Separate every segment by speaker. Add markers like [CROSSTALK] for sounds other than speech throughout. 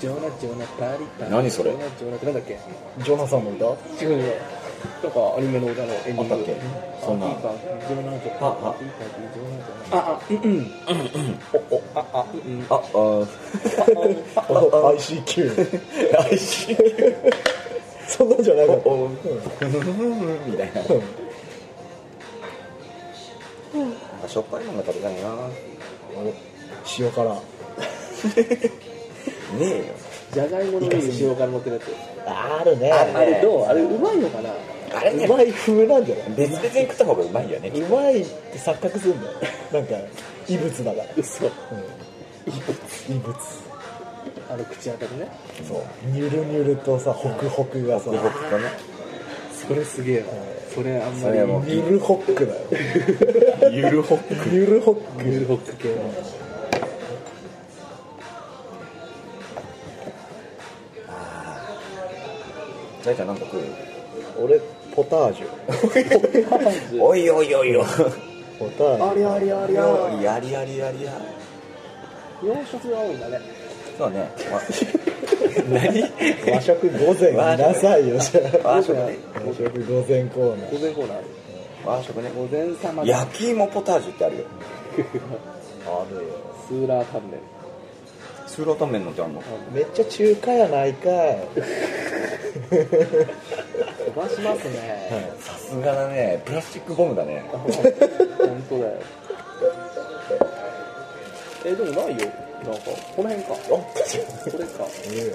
Speaker 1: ジョナパリパリ
Speaker 2: 何それ
Speaker 1: ジョナジョナってなんだっけ
Speaker 2: ジョナさんの歌あ
Speaker 1: 違う違うなんかアニメの歌のエンディング
Speaker 2: ったっけそんな
Speaker 1: あパリパリジョナジョナ
Speaker 2: ああ
Speaker 1: パリパリジョナジョナああうんうんおおああうんうん
Speaker 2: ああ
Speaker 3: ICQ [LAUGHS]
Speaker 2: 来週
Speaker 3: そんなんじゃなかった
Speaker 2: おみたいななんかしょっぱいものが食べたいなね
Speaker 3: 塩辛
Speaker 2: えよ
Speaker 1: じゃがいもの上に塩辛乗ってるやつ
Speaker 3: あるね
Speaker 2: ある
Speaker 1: あれどうあれうまいのかな
Speaker 2: あれね
Speaker 3: うまい風なんじゃない
Speaker 2: 別々に食った方がうまいよね
Speaker 3: うまいって錯覚するんだよなんか異物だから、
Speaker 1: 嘘
Speaker 3: うん、異物
Speaker 1: あの口当たりね
Speaker 3: そうニュルニュルとさホクホクがさ
Speaker 2: 僕とね
Speaker 1: それすげえわそれあんま
Speaker 2: そ
Speaker 1: り
Speaker 2: れも
Speaker 3: ニュルホックだよ
Speaker 2: ゆるほっく
Speaker 3: ニュルホック
Speaker 1: グルホック系の
Speaker 2: 大ちゃんなんか食う
Speaker 3: 俺ポタージュ
Speaker 2: おいおいおいおい
Speaker 3: ポタージュ
Speaker 1: ありゃありゃありゃ
Speaker 2: やりやりやりや
Speaker 1: 洋食が多いんだね
Speaker 2: そうねわ何
Speaker 3: 和食午前見なさいよじゃ
Speaker 2: 和食ね
Speaker 3: あ和食午前コーナ
Speaker 1: 午前コーナーある
Speaker 2: 和食ね
Speaker 1: 午前様だ
Speaker 2: 焼き芋ポタージュってあるよ
Speaker 3: ーあるよ
Speaker 1: スーラータンメン
Speaker 2: スーラータンメンのってあんの
Speaker 3: めっちゃ中華やないかい
Speaker 1: 飛ばしますね
Speaker 2: さすがだねプラスチックボムだね
Speaker 1: 本当だよえでもないよなんかこの辺か
Speaker 3: あっ
Speaker 1: これか
Speaker 3: いるよ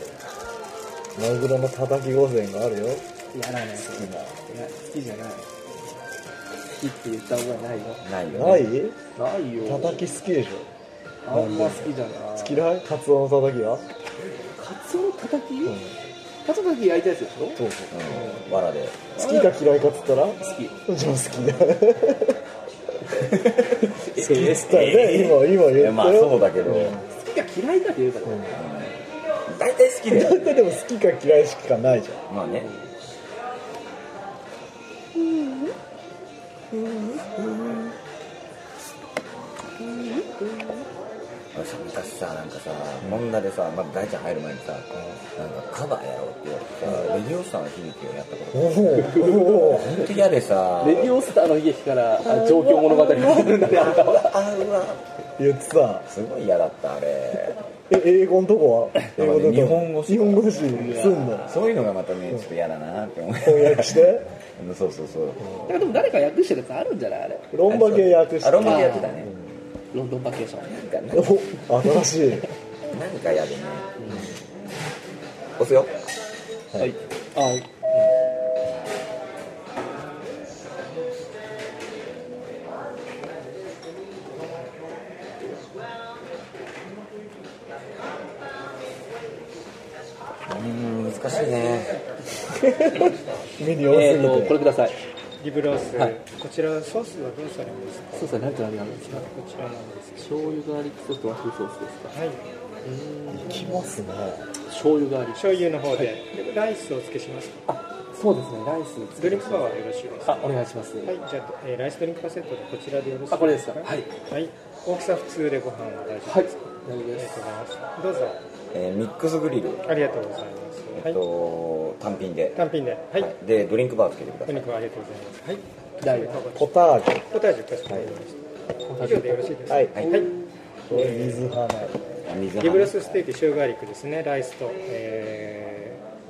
Speaker 3: マグロのたたき御膳があるよ
Speaker 1: やらない好き好きじゃない好きって言った覚えないよ
Speaker 2: ないよ、ね、
Speaker 3: ない
Speaker 1: ないよ
Speaker 3: たたき好きでし
Speaker 1: あんま好きじゃない
Speaker 3: ょ嫌いカツオのたたきは
Speaker 1: カツオのたたき、カツオのたたき焼いたやつでしょ
Speaker 3: そうそう
Speaker 2: うん、わらで
Speaker 3: 好きか嫌いかっつったら
Speaker 1: 好き
Speaker 3: じゃあ好きだ好
Speaker 1: え
Speaker 3: きっつったよね
Speaker 2: え
Speaker 3: 今今言った
Speaker 2: いや
Speaker 3: よ
Speaker 2: まあそうだけど
Speaker 1: 好きか嫌いかって言うから、
Speaker 3: うん
Speaker 2: 大体好きだ
Speaker 3: [LAUGHS] だっ
Speaker 2: よ
Speaker 3: てでも好きか嫌いしかないじゃん
Speaker 2: まあね俺さ昔さなんかさ問題でさまだ大ちゃん入る前にさなんかカバーやろうって言われてさレディオスターの響きをやったこと
Speaker 3: おおお
Speaker 2: ほんと嫌でさ
Speaker 1: レディオスターの悲劇からあ状況物語になるんだねあなたは
Speaker 2: あうわ
Speaker 3: 言ってた
Speaker 2: すごい嫌だったあれ
Speaker 3: え英語のとこは英語のとこ
Speaker 2: 日本語
Speaker 3: 日本語だしすんの
Speaker 2: そういうのがまたねちょっと嫌だなって思う
Speaker 3: 翻訳して
Speaker 2: うんそうそうそう
Speaker 1: でも誰か訳してるやつあるんじゃないあれ
Speaker 3: ロンバ系訳して
Speaker 2: あロンバケやってたね
Speaker 1: ロンドンバケーション
Speaker 2: なんか
Speaker 3: お新し [LAUGHS] い
Speaker 2: なんか嫌でね押すよ
Speaker 1: はいあ
Speaker 2: うん難しいね
Speaker 3: メニュー
Speaker 1: えー、
Speaker 3: 多
Speaker 1: と
Speaker 3: すぎ
Speaker 1: こ
Speaker 3: て
Speaker 1: れください
Speaker 4: リブロース、
Speaker 1: はい
Speaker 4: こちらソースはどうされますか
Speaker 1: ソースは何と何なんですか
Speaker 4: こちらなんです
Speaker 1: 醤油ガーリックソースと和風ソースですか
Speaker 4: はい
Speaker 3: いきますね
Speaker 1: 醤油ガーリック
Speaker 4: 醤油の方で、でライスをお付けします
Speaker 1: あそうですねライス
Speaker 4: ドリンクバー
Speaker 1: は
Speaker 4: はよろしいですか
Speaker 1: あお願いします、
Speaker 4: はいじゃあ、えーライスドリンクパーセットでこちらでよろしいですか
Speaker 1: あこれですかはい
Speaker 4: はい大きさ普通でご飯は大丈
Speaker 1: は
Speaker 4: 夫
Speaker 1: い
Speaker 4: ですか、
Speaker 1: 大丈夫
Speaker 4: あり
Speaker 1: で
Speaker 4: がと
Speaker 1: す
Speaker 4: うございますどうぞ
Speaker 2: えーミックスグリル
Speaker 4: ありがとうございます、
Speaker 2: えっ
Speaker 4: はい
Speaker 2: と単品で
Speaker 4: 単品ではい、
Speaker 2: はいでドリンクバーつけてくだ
Speaker 4: お
Speaker 2: さい
Speaker 4: 肉はありがとうございますはい
Speaker 1: 大丈
Speaker 3: ポタージ
Speaker 4: ポタージュかしこまりました以上でよろしいです
Speaker 3: ュ
Speaker 4: か
Speaker 3: はい
Speaker 2: はい
Speaker 4: はい
Speaker 3: これ水派ない
Speaker 2: 水
Speaker 4: リ
Speaker 2: 派
Speaker 4: ブロスステーキ塩ガーリックですねライスと、えー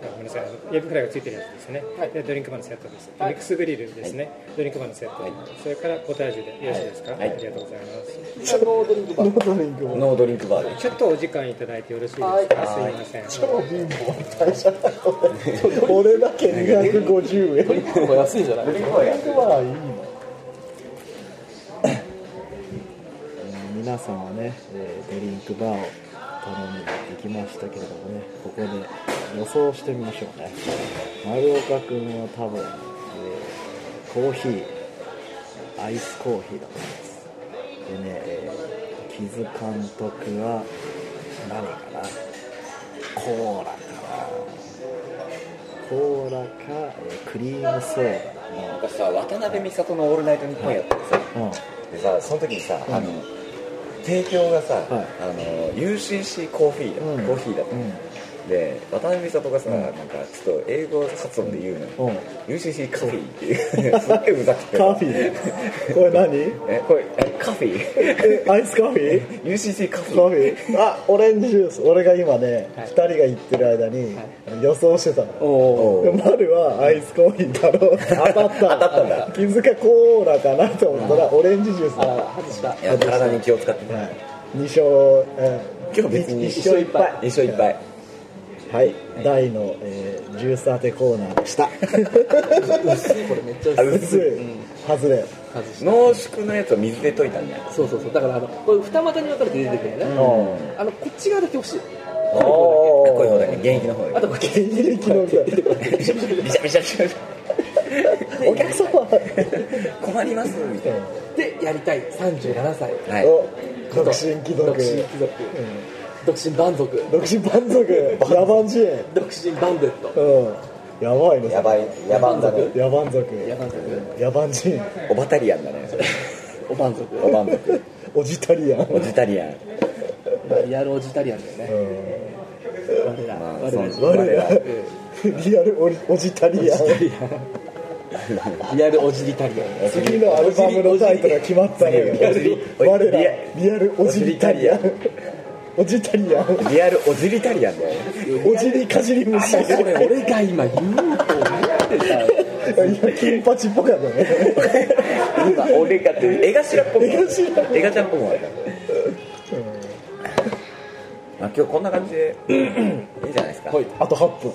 Speaker 4: あごめんなさいあのエビフライがついてるやつですね、
Speaker 1: はい
Speaker 4: でドリンクバーのセットです、
Speaker 1: はい
Speaker 4: ミックスグリルですね、ドリンクバーのセット、
Speaker 2: はい
Speaker 4: それからポタージュでよろしいですか、
Speaker 2: はい
Speaker 4: ありがとうございます
Speaker 1: 夫ノードリンクバ
Speaker 3: ノート
Speaker 1: ー
Speaker 3: リンクも
Speaker 2: ノードリンクバーで
Speaker 4: ちょっとお時間いただいてよろしいですか、
Speaker 2: はい
Speaker 4: すいません
Speaker 3: 超貧乏会社だこれ俺だけ250円ドリン
Speaker 1: これ安いんじゃない
Speaker 3: クバーいいのえー皆さんはね、えードリンクバーを頼んでいきましたけれどもねここで予想してみましょうね丸岡君は多分、えーコーヒーアイスコーヒーだと思いますでね、えー、木津監督は何かなコーラかなコーラか、えークリームソー
Speaker 2: なんかさ渡辺美里の「オールナイトニッポン」やっててさ
Speaker 3: ダの、うん
Speaker 2: でさその時にさ、あの提供がさ、
Speaker 3: はい
Speaker 2: あの UCC コーヒー
Speaker 3: う
Speaker 2: だ、
Speaker 3: ん
Speaker 2: コーヒーだった、
Speaker 3: うん
Speaker 2: で渡辺美里がさ、なんかちょっと英語発音で言うのよ、
Speaker 3: うん
Speaker 2: UCC カフィーっていう [LAUGHS]
Speaker 3: [LAUGHS]
Speaker 2: すっげえうざくて
Speaker 3: カフィーこれ何
Speaker 2: えこれえカフィー [LAUGHS]
Speaker 3: えアイスカフィー
Speaker 2: UCC カフィ
Speaker 3: カ
Speaker 2: ー
Speaker 3: フィーあオレンジジュース俺が今ね、
Speaker 4: は
Speaker 3: 二
Speaker 4: い
Speaker 3: 人が言ってる間に予想してたの、
Speaker 2: お
Speaker 3: で
Speaker 2: う
Speaker 3: 丸はアイスコーヒーだろうって当たった
Speaker 2: 当たったんだ
Speaker 3: 気づかコーラかなと思ったらオレンジジュースだった
Speaker 1: あ外した
Speaker 2: いや体に気を使ってね
Speaker 3: はい2勝、えー
Speaker 2: 今日別に
Speaker 3: 一勝一敗
Speaker 2: 一緒いっぱい
Speaker 3: はい、大の、えー、ジュース当てコーナーでした
Speaker 1: 薄いこれめっちゃ薄い
Speaker 3: 薄い外れ
Speaker 1: 外した
Speaker 2: 濃縮のやつを水で溶いたんじゃない
Speaker 1: そうそうそうだからあのこれ二股に分かれて出てくるよね、あのこっち側だけ欲しい
Speaker 2: あこういう方だけ現役の方
Speaker 1: あ
Speaker 2: だ
Speaker 1: とこっち出
Speaker 3: 現役の歌
Speaker 2: けびしゃびしゃびしゃびしゃ
Speaker 3: お客様
Speaker 2: 困りますみたい
Speaker 1: でやりたい37歳
Speaker 2: なはい
Speaker 3: お独身貴族
Speaker 1: 独身貴族、独身蛮族
Speaker 3: 独身蛮
Speaker 2: [LAUGHS]
Speaker 3: 族野蛮人
Speaker 1: 独身バンデット
Speaker 3: うんやばいね
Speaker 2: やばいやばんだね
Speaker 3: 野蛮族
Speaker 1: 野蛮族
Speaker 3: 野蛮人
Speaker 2: オバタリアンだね
Speaker 1: おばん族
Speaker 2: おばんだ
Speaker 3: オジタリアン
Speaker 2: オジタリアン
Speaker 1: リアルオジタリアンだよね、我ら、
Speaker 2: まあ
Speaker 1: 我ら
Speaker 2: そう
Speaker 3: 我ら
Speaker 2: 我
Speaker 3: リアルオリオジタリアン
Speaker 1: リアルオジリタリアン
Speaker 3: 次のアルバムのタイトルが決まったのよ
Speaker 2: おじりおじり
Speaker 3: 我ら
Speaker 2: リ
Speaker 3: リアルオジリタリアンオジタリアン
Speaker 2: リアルオジリタリアンだよね
Speaker 3: おじりかじり虫い
Speaker 1: これ俺が今言おうと思ってた
Speaker 3: や金八っぽかったね
Speaker 2: 今俺がって絵頭っぽく
Speaker 3: 絵頭
Speaker 2: 絵頭っぽくもあったまあ今日こんな感じでいいじゃないですか
Speaker 1: はい
Speaker 3: あと8分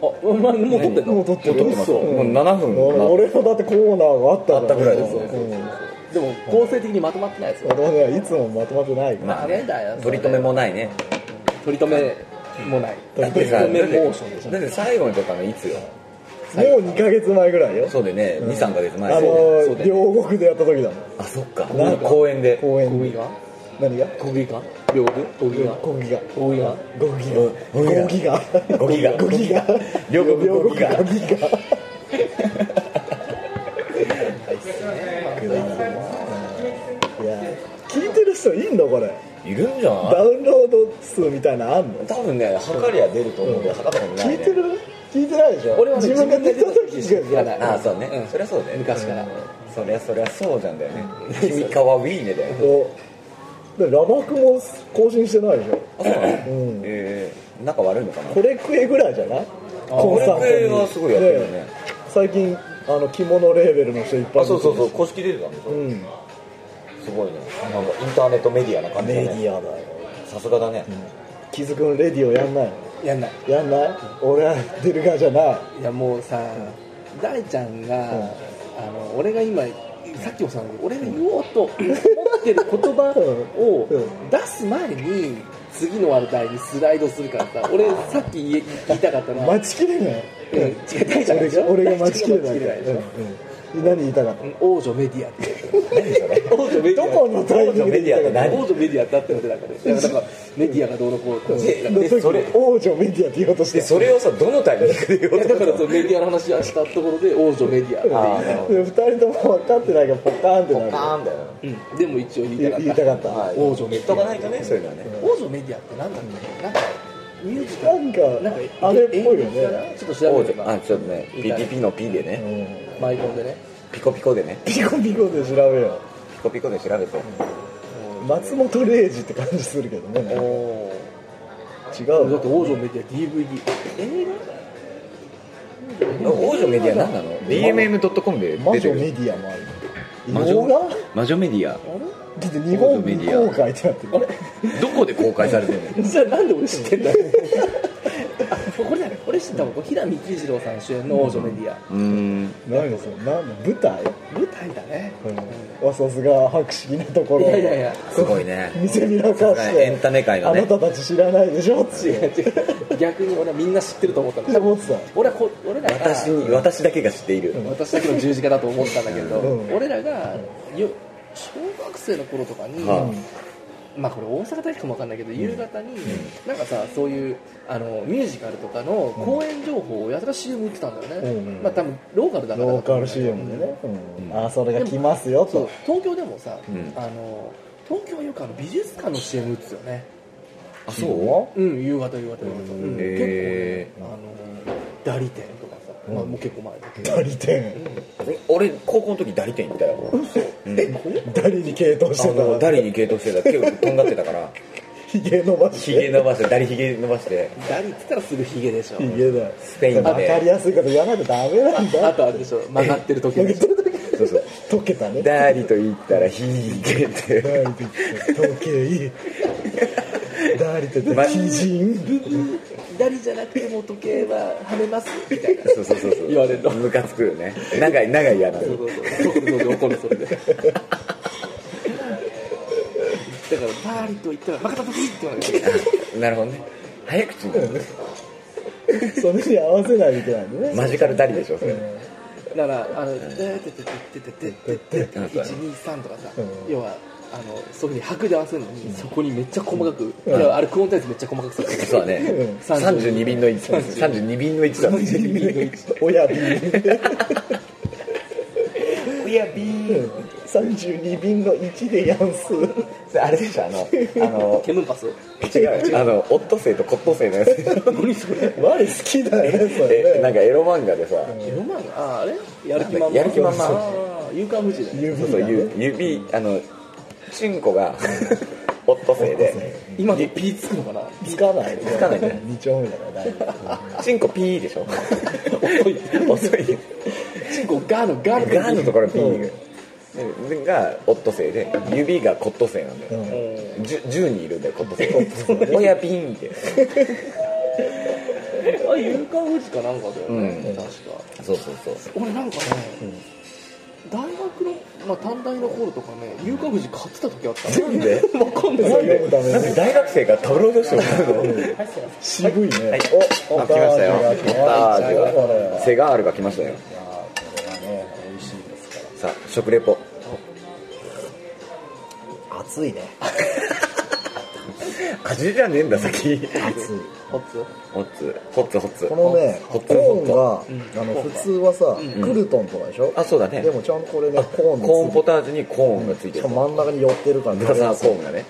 Speaker 1: あお前もう撮ってんの
Speaker 3: もう撮ってる
Speaker 1: 撮ますよ
Speaker 2: もう7分
Speaker 3: 俺もだってコーナーがあったから
Speaker 2: あったぐらいです
Speaker 1: よね
Speaker 3: うん
Speaker 1: でも構成的にまとまってないですよ
Speaker 3: 俺もねいつもまとまってないから
Speaker 2: ま
Speaker 1: ダ
Speaker 2: あ
Speaker 1: メだよそれ
Speaker 2: 取り留めもないね
Speaker 1: 取り留めもない
Speaker 2: だ
Speaker 1: 取り
Speaker 2: ってさだ
Speaker 1: 留
Speaker 2: っ
Speaker 1: めモーションでしてょ
Speaker 2: だって最後に撮ったのいつよ
Speaker 3: もう2ヶ月前ぐらいよ
Speaker 2: そうでね23か月前
Speaker 3: あの
Speaker 2: そう
Speaker 1: そうだ
Speaker 3: ー両国でやった時だもん
Speaker 2: あそっか
Speaker 3: なんか
Speaker 2: 公園で
Speaker 3: 公園
Speaker 1: 国
Speaker 3: で
Speaker 1: 技館
Speaker 3: 何が
Speaker 1: 国技館屏風国技館
Speaker 3: 国技が
Speaker 1: 国技館
Speaker 3: ゴギガゴギガ
Speaker 2: ゴギガ
Speaker 3: ゴギガ
Speaker 2: 両国ゴギガ
Speaker 3: 両国ゴギガ [LAUGHS] いや聞いてる人いんのこれ
Speaker 2: いるんじゃ
Speaker 3: ダ
Speaker 2: な
Speaker 3: ウンロード数みたいなのあんの
Speaker 2: い多分ね測りは出ると思うんで測ったことない
Speaker 3: 聞
Speaker 2: ね
Speaker 3: いてる聞いてないでしょ
Speaker 1: 俺はね
Speaker 3: 自分が出た時しか
Speaker 1: 自分で出た時しか聞かない
Speaker 2: ああそうね
Speaker 1: うん
Speaker 2: そりゃそうだよ
Speaker 1: 昔から
Speaker 2: そりゃそりゃそうなんだよね君かわウィーネだよ
Speaker 3: おでラバクも更新してないでしょ
Speaker 2: あそうなの
Speaker 3: うん
Speaker 2: ええ仲悪いのかな
Speaker 3: コレクエぐらいじゃないコンサートに
Speaker 2: コレクエはすごいやってるよね
Speaker 3: 最近あの着物レーベルの人いっぱい出てるし
Speaker 2: 公式出てたんでしょ
Speaker 3: うん
Speaker 2: すごいねなんかインターネットメディアな感じ
Speaker 3: メ
Speaker 2: だ
Speaker 3: デ
Speaker 2: ね
Speaker 3: ィアだよ
Speaker 2: さすがだね
Speaker 3: 気づくんレディオやんない
Speaker 1: やんない
Speaker 3: のやんない俺は出る側じゃない
Speaker 1: いやもうさ大ちゃんが、
Speaker 3: うん
Speaker 1: あの俺が今さっきもさ俺が言おうと思ってる言葉を
Speaker 3: うんう
Speaker 1: 出す前に次の話題にスライドするからさ俺さっき言え言いたかったのは、
Speaker 3: 待ちきれない
Speaker 1: うん、違う大ちゃん
Speaker 3: 俺
Speaker 1: でし
Speaker 3: が
Speaker 1: ょ
Speaker 3: 俺が待ちきれ
Speaker 1: 大
Speaker 3: ない
Speaker 1: ちゃんが待ちきれないでしょ
Speaker 3: うんうん何言いたかっ
Speaker 1: うん王女メディアって王女メディ
Speaker 3: た
Speaker 1: ア
Speaker 3: どこのタイミングで言ったか
Speaker 2: どこのメディアだ何
Speaker 1: 王女メディアだってのでなんかね
Speaker 3: [LAUGHS]
Speaker 1: だからなんかメディアがどうのこうのこうの
Speaker 2: で
Speaker 3: の時
Speaker 2: それ
Speaker 3: 王女メディアって言おうとして
Speaker 2: でそれをさどのタイミングで言おう
Speaker 1: いやだ
Speaker 2: と思
Speaker 1: か
Speaker 2: っ
Speaker 1: らそのメディアの話はしたところで王女メディアって
Speaker 2: ああなるほど
Speaker 3: 2人とも分かってないからポカーンってなる
Speaker 2: たんだよ
Speaker 1: うんでも一応言いたかった
Speaker 3: 言いたかった
Speaker 1: 王女メ
Speaker 2: 言
Speaker 1: デ
Speaker 2: っと
Speaker 1: ィ
Speaker 2: か
Speaker 1: ア
Speaker 2: ないとねそういうのはね
Speaker 1: 王女メディアってなんだっけなんかミュージカ
Speaker 3: な
Speaker 1: ル
Speaker 3: んか
Speaker 1: なんか
Speaker 3: あれっぽいよ
Speaker 1: 英語か
Speaker 3: ね
Speaker 1: なちょっと
Speaker 2: 王
Speaker 1: 調べれ
Speaker 2: 女
Speaker 1: ば
Speaker 2: あちょっとね PPP の P で
Speaker 3: う
Speaker 2: ね
Speaker 3: ん
Speaker 1: マイコンでね
Speaker 2: ピコピコでね
Speaker 3: ピコピコで調べよ
Speaker 2: ピコピコで調べて
Speaker 3: う松本零士って感じするけどねなんか
Speaker 1: お
Speaker 3: 違
Speaker 1: だって
Speaker 3: う
Speaker 1: 王女メディア DVD 映
Speaker 2: 王女メディア何なの ?DMM.com で
Speaker 3: 魔
Speaker 2: 出て
Speaker 3: 女メデ
Speaker 2: る
Speaker 3: ィアもある
Speaker 2: 魔
Speaker 3: 洋
Speaker 2: 女
Speaker 3: 画
Speaker 2: 魔女メディア
Speaker 3: だって日本未公開ってなってる
Speaker 2: どこで公開されてるの
Speaker 1: 画じゃあなんで俺知ってんだろうあ [LAUGHS] これだ俺知ったもん平見喜二郎さん主演の王女メディア
Speaker 2: うーん
Speaker 3: 何ですよ何舞台、
Speaker 1: 舞台だね
Speaker 3: あさすが博識なとこ
Speaker 1: い
Speaker 3: ろ
Speaker 1: やいやいや
Speaker 2: すごいね
Speaker 3: 見せびらかして
Speaker 2: エンタメ界のね
Speaker 3: あなたたち知らないでしょって
Speaker 1: 違う違う逆に俺はみんな知ってると思ったんです
Speaker 3: 思って
Speaker 1: 俺はこ俺らが
Speaker 2: 私に私だけが知っている
Speaker 1: 私だけの十字架だと思ったんだけど、
Speaker 3: うん
Speaker 1: 俺らがよ小学生の頃とかに、
Speaker 2: は
Speaker 1: まあこれ大阪大学かもわかんないけど、夕方に、なんかさそういうあのミュージカルとかの公演情報をやたら CM 打ってたんだよね、
Speaker 3: うん
Speaker 1: まあ多分ローカルだ
Speaker 3: た
Speaker 1: から
Speaker 3: ロー
Speaker 1: だと
Speaker 3: カ
Speaker 1: 思うん
Speaker 3: ル
Speaker 1: だけど
Speaker 3: CM でね、うんあそれが来ますよ
Speaker 1: そう
Speaker 3: と
Speaker 1: 東京でもさ、
Speaker 2: ん
Speaker 1: あの東京よくあの美術館の CM 打つよね
Speaker 2: あそ
Speaker 1: うん夕方夕方夕方、うん
Speaker 2: へ
Speaker 1: 結構ねあの代理店とかさ、まあ、もう結構前だけど
Speaker 3: 代理店
Speaker 2: う俺高校の時ダリ店行ったよ
Speaker 3: 誰に傾倒し
Speaker 2: あ
Speaker 3: てた
Speaker 2: の
Speaker 3: の
Speaker 2: ダリに傾倒してた結構とんがってた [LAUGHS] から
Speaker 3: ひげ伸ばし
Speaker 2: ひ
Speaker 3: て
Speaker 2: げ伸ばしてダリひげ伸ばして
Speaker 1: 代理って言ったらすぐヒゲでしょ
Speaker 3: ひげだ
Speaker 2: スペインで
Speaker 3: わかりやすいこと言わないとダメなんだ
Speaker 1: あとあれでしょ曲がってる時でしょ
Speaker 2: そうそう
Speaker 3: 溶けたね
Speaker 2: ダリと言ったらひげって
Speaker 3: ダーリって時計ダーリって鬼人
Speaker 1: 代理じゃなくても時計ははめますみたいな
Speaker 2: そうそうそうそう
Speaker 1: 言われるの
Speaker 2: ムカつくよね長い長いやつ
Speaker 1: そうそうそうそうそうそう怒るそれでだからダーリと言ったら「バカた時!」って言われて
Speaker 2: なるほどね早口に
Speaker 3: それに合わせないといけないんだね
Speaker 2: マジカルダリでしょそれ
Speaker 1: だからあの「てててててててて123」とかさ
Speaker 3: うん
Speaker 1: 要はあのそういうふうに拍で合わせるのにそこにめっちゃ細かくいやあれクオンタイズめっちゃ細かくさ
Speaker 2: そうだね
Speaker 3: うん
Speaker 2: 32分の1 32分の1だ
Speaker 3: 親ビー親ビー32便の1でやんす
Speaker 2: あれでしょあのあ
Speaker 1: [LAUGHS]
Speaker 2: の
Speaker 1: ケムンパス
Speaker 2: 違うよあのオットセイとコットセイのやつ
Speaker 1: 何それ
Speaker 3: 我好きだよねそ
Speaker 2: え
Speaker 3: れ
Speaker 2: なん
Speaker 3: ね
Speaker 2: かエロ漫画でさ
Speaker 1: エロ漫画あああれやる気満々
Speaker 2: やる気満々
Speaker 1: ああ勇敢富士だよ
Speaker 3: 指
Speaker 2: そうそう
Speaker 3: がね
Speaker 2: ゆ指あのチンコがオットセイで
Speaker 1: 今のピーつくのかな
Speaker 3: つかないね
Speaker 2: つかないね
Speaker 3: 二丁目だから大丈
Speaker 2: チンコピーでしょ
Speaker 1: 遅い
Speaker 2: 遅い
Speaker 1: チンコガーのガーの
Speaker 2: ガーのところピーでがオットセイで指がコットセイなんだ
Speaker 3: 夫
Speaker 2: よ
Speaker 3: うん
Speaker 2: じゅ 10, 人いるんだよコットセイ親ピーンって
Speaker 1: あれ勇敢富士かなんかだよ
Speaker 2: う
Speaker 1: ね
Speaker 2: ん
Speaker 1: 確か
Speaker 2: そうそうそう
Speaker 1: 俺なんかね、大学の、まあ、短大の頃とかね優香富士買ってた時あった
Speaker 2: なんで
Speaker 1: わかんな
Speaker 3: 本
Speaker 1: い
Speaker 3: 読むため
Speaker 2: なんで
Speaker 3: に
Speaker 2: 大学生がタブロイド紙を買うの
Speaker 3: 渋いね
Speaker 2: あ来ました
Speaker 3: オ
Speaker 2: よ
Speaker 3: タージュが来ましたよこれ
Speaker 2: がセガールが来ましたよ
Speaker 3: ね美味しいですか
Speaker 2: さあ食レポ
Speaker 3: ら暑いね
Speaker 2: 味じゃねえんだ先
Speaker 3: 暑い
Speaker 1: ホッツ
Speaker 2: ホッツホッツホッツ
Speaker 3: このね
Speaker 2: ホ
Speaker 3: コ
Speaker 2: ッツホッツ
Speaker 3: ーンがあの普通はさクルトンとかでしょ
Speaker 2: あそうだね
Speaker 3: でもちゃんとこれねコーン
Speaker 2: コーンポ
Speaker 3: で
Speaker 2: タージュにコーンがつい
Speaker 3: すしてか
Speaker 2: る
Speaker 3: も真ん中に寄ってるから
Speaker 2: ブラザーコーンがね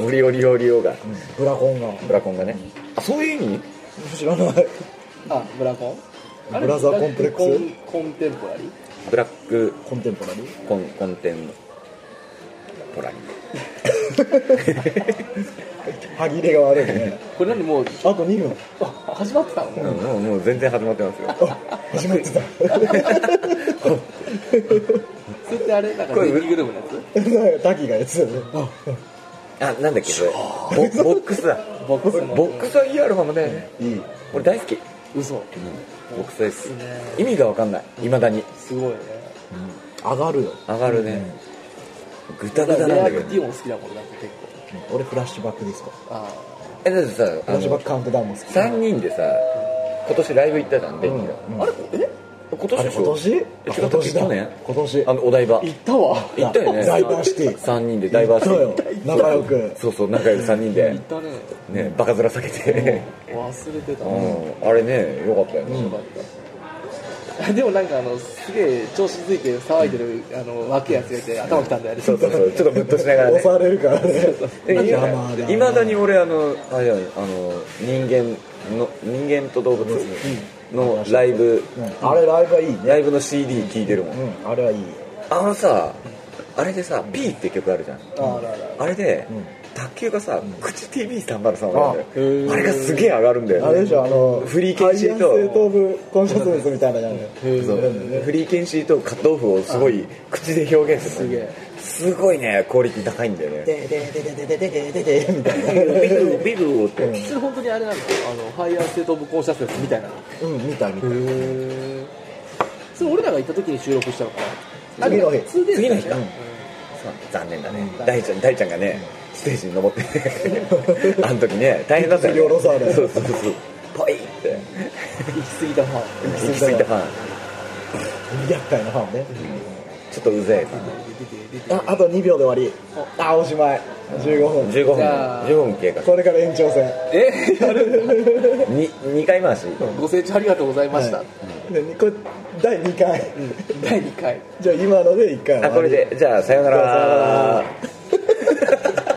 Speaker 2: オリオリオリオが
Speaker 3: ブラコンが
Speaker 2: ブラコンがねあそういう意味
Speaker 3: 知らない
Speaker 1: あブラコンあれ
Speaker 3: ブラザーコンプレックス
Speaker 1: ブラコンコンテンポラリー
Speaker 2: ブラック
Speaker 3: コンテンポラリー
Speaker 2: コンコンテンポラリ
Speaker 3: 歯切れが悪いね
Speaker 1: これ何もう
Speaker 3: あと2分
Speaker 1: あ始まってたの
Speaker 2: うんもうもう全然始まってますよ
Speaker 3: 始まってた
Speaker 2: [LAUGHS]
Speaker 1: それってあれなんか
Speaker 2: これ
Speaker 1: 電気グループのやつ
Speaker 3: タキがやつ
Speaker 2: あなんだっけ
Speaker 3: [LAUGHS]
Speaker 2: それボボックスだ
Speaker 1: ボックスの
Speaker 2: ボックスはいいアルバムだよね
Speaker 3: いい
Speaker 2: 俺大好き
Speaker 1: 嘘
Speaker 2: ボックスです
Speaker 1: ね
Speaker 2: 意味が分かんないいまだに
Speaker 1: すごいね
Speaker 3: 上がるよ
Speaker 2: 上がるねグタ
Speaker 1: だ
Speaker 2: グ
Speaker 1: か
Speaker 2: タ
Speaker 1: ら
Speaker 2: なん
Speaker 1: レア
Speaker 2: だ
Speaker 1: ク
Speaker 2: け
Speaker 1: ティ
Speaker 2: ど
Speaker 1: オン好きだもんだって結
Speaker 3: 俺フラッシュバックディスコ
Speaker 1: 構あ
Speaker 2: えだってさ
Speaker 3: フ
Speaker 2: あ
Speaker 3: ラッシュバッ
Speaker 2: の
Speaker 3: クカウントダウンも好き
Speaker 2: 3人でさ今年ライブ行ったじゃんベンジが
Speaker 3: うん
Speaker 1: ああれえ
Speaker 2: 今年
Speaker 3: あ
Speaker 2: で
Speaker 3: れ
Speaker 2: し
Speaker 3: 今年今
Speaker 2: ょえ違ったっけ
Speaker 3: 年だ
Speaker 2: 去年
Speaker 3: 今年
Speaker 2: あのお台場
Speaker 1: 行ったわ行
Speaker 2: 行ったよね
Speaker 3: ダイバーシティ
Speaker 2: 3人でダイバーシ
Speaker 3: 行っ
Speaker 2: テ
Speaker 3: たよ
Speaker 2: ィ
Speaker 3: 仲良く
Speaker 2: そうそう仲良く3人で
Speaker 1: ったね
Speaker 2: ねバカ面避けて
Speaker 1: 忘れてた、
Speaker 2: うんあれねよかったよ
Speaker 1: よ
Speaker 2: ね
Speaker 1: かったでもなんかあのすげえ調子づいて騒いでるあの若いやつがいて頭きたんだよね
Speaker 2: そうそうそうちょっとムッとしながら
Speaker 3: 押
Speaker 2: ね
Speaker 3: されるからね邪魔だ
Speaker 2: いまだに俺あのあれだよねあの人間の人間と動物のライブ
Speaker 3: うんあれライブはいいね
Speaker 2: ライブの CD 聴いてるもん
Speaker 3: うんあれはいいよ
Speaker 2: あのさあれでさ「P」って曲あるじゃん
Speaker 1: あらあら
Speaker 2: あれで
Speaker 3: ん
Speaker 2: 卓球がさ「口 TV303」なんだよ
Speaker 1: あ
Speaker 2: あれがすげえ上がるんだ
Speaker 3: あれ
Speaker 2: よ
Speaker 3: でしょあの
Speaker 2: フリーケンシーと
Speaker 3: ハイヤーステートオブコンシャスネスみたいなのやつ
Speaker 2: そうフリーケンシーとカットオフをすごい口で表現する
Speaker 1: すげえ
Speaker 2: すごいねクオリティ高いんだよね
Speaker 3: でででででででででみたいな
Speaker 2: ビブビブって
Speaker 1: それ本当にあれなのあのハイヤーステート・オブ・コンシャスネスみたいなのへ
Speaker 3: [LAUGHS] うん見た見た
Speaker 1: えそれ俺らが行った時に収録したのかな
Speaker 3: 次の日
Speaker 1: 普通で
Speaker 2: 次の日かそう残念だね大ちゃん大ちゃんがねステージに登って [LAUGHS] あの時ね大変だったよね
Speaker 3: 一撃下ろされ
Speaker 2: そうそうそうポイって
Speaker 1: 行き過ぎたファン
Speaker 2: 行き過ぎたファン
Speaker 3: 厄介なファンね
Speaker 2: ちょっとうぜ
Speaker 3: ああと2秒で終わりあおしまい15
Speaker 2: え
Speaker 3: 分
Speaker 2: 15分
Speaker 1: じゃあ
Speaker 2: 15分経過
Speaker 3: これから延長戦
Speaker 1: えやる
Speaker 2: に2回回し
Speaker 1: ご清聴ありがとうございました、
Speaker 3: はいでこれ第2回
Speaker 1: 第2回
Speaker 3: じゃあ今ので1回終わり
Speaker 2: あこれでじゃあさような
Speaker 3: じゃあさような
Speaker 2: ら
Speaker 3: ら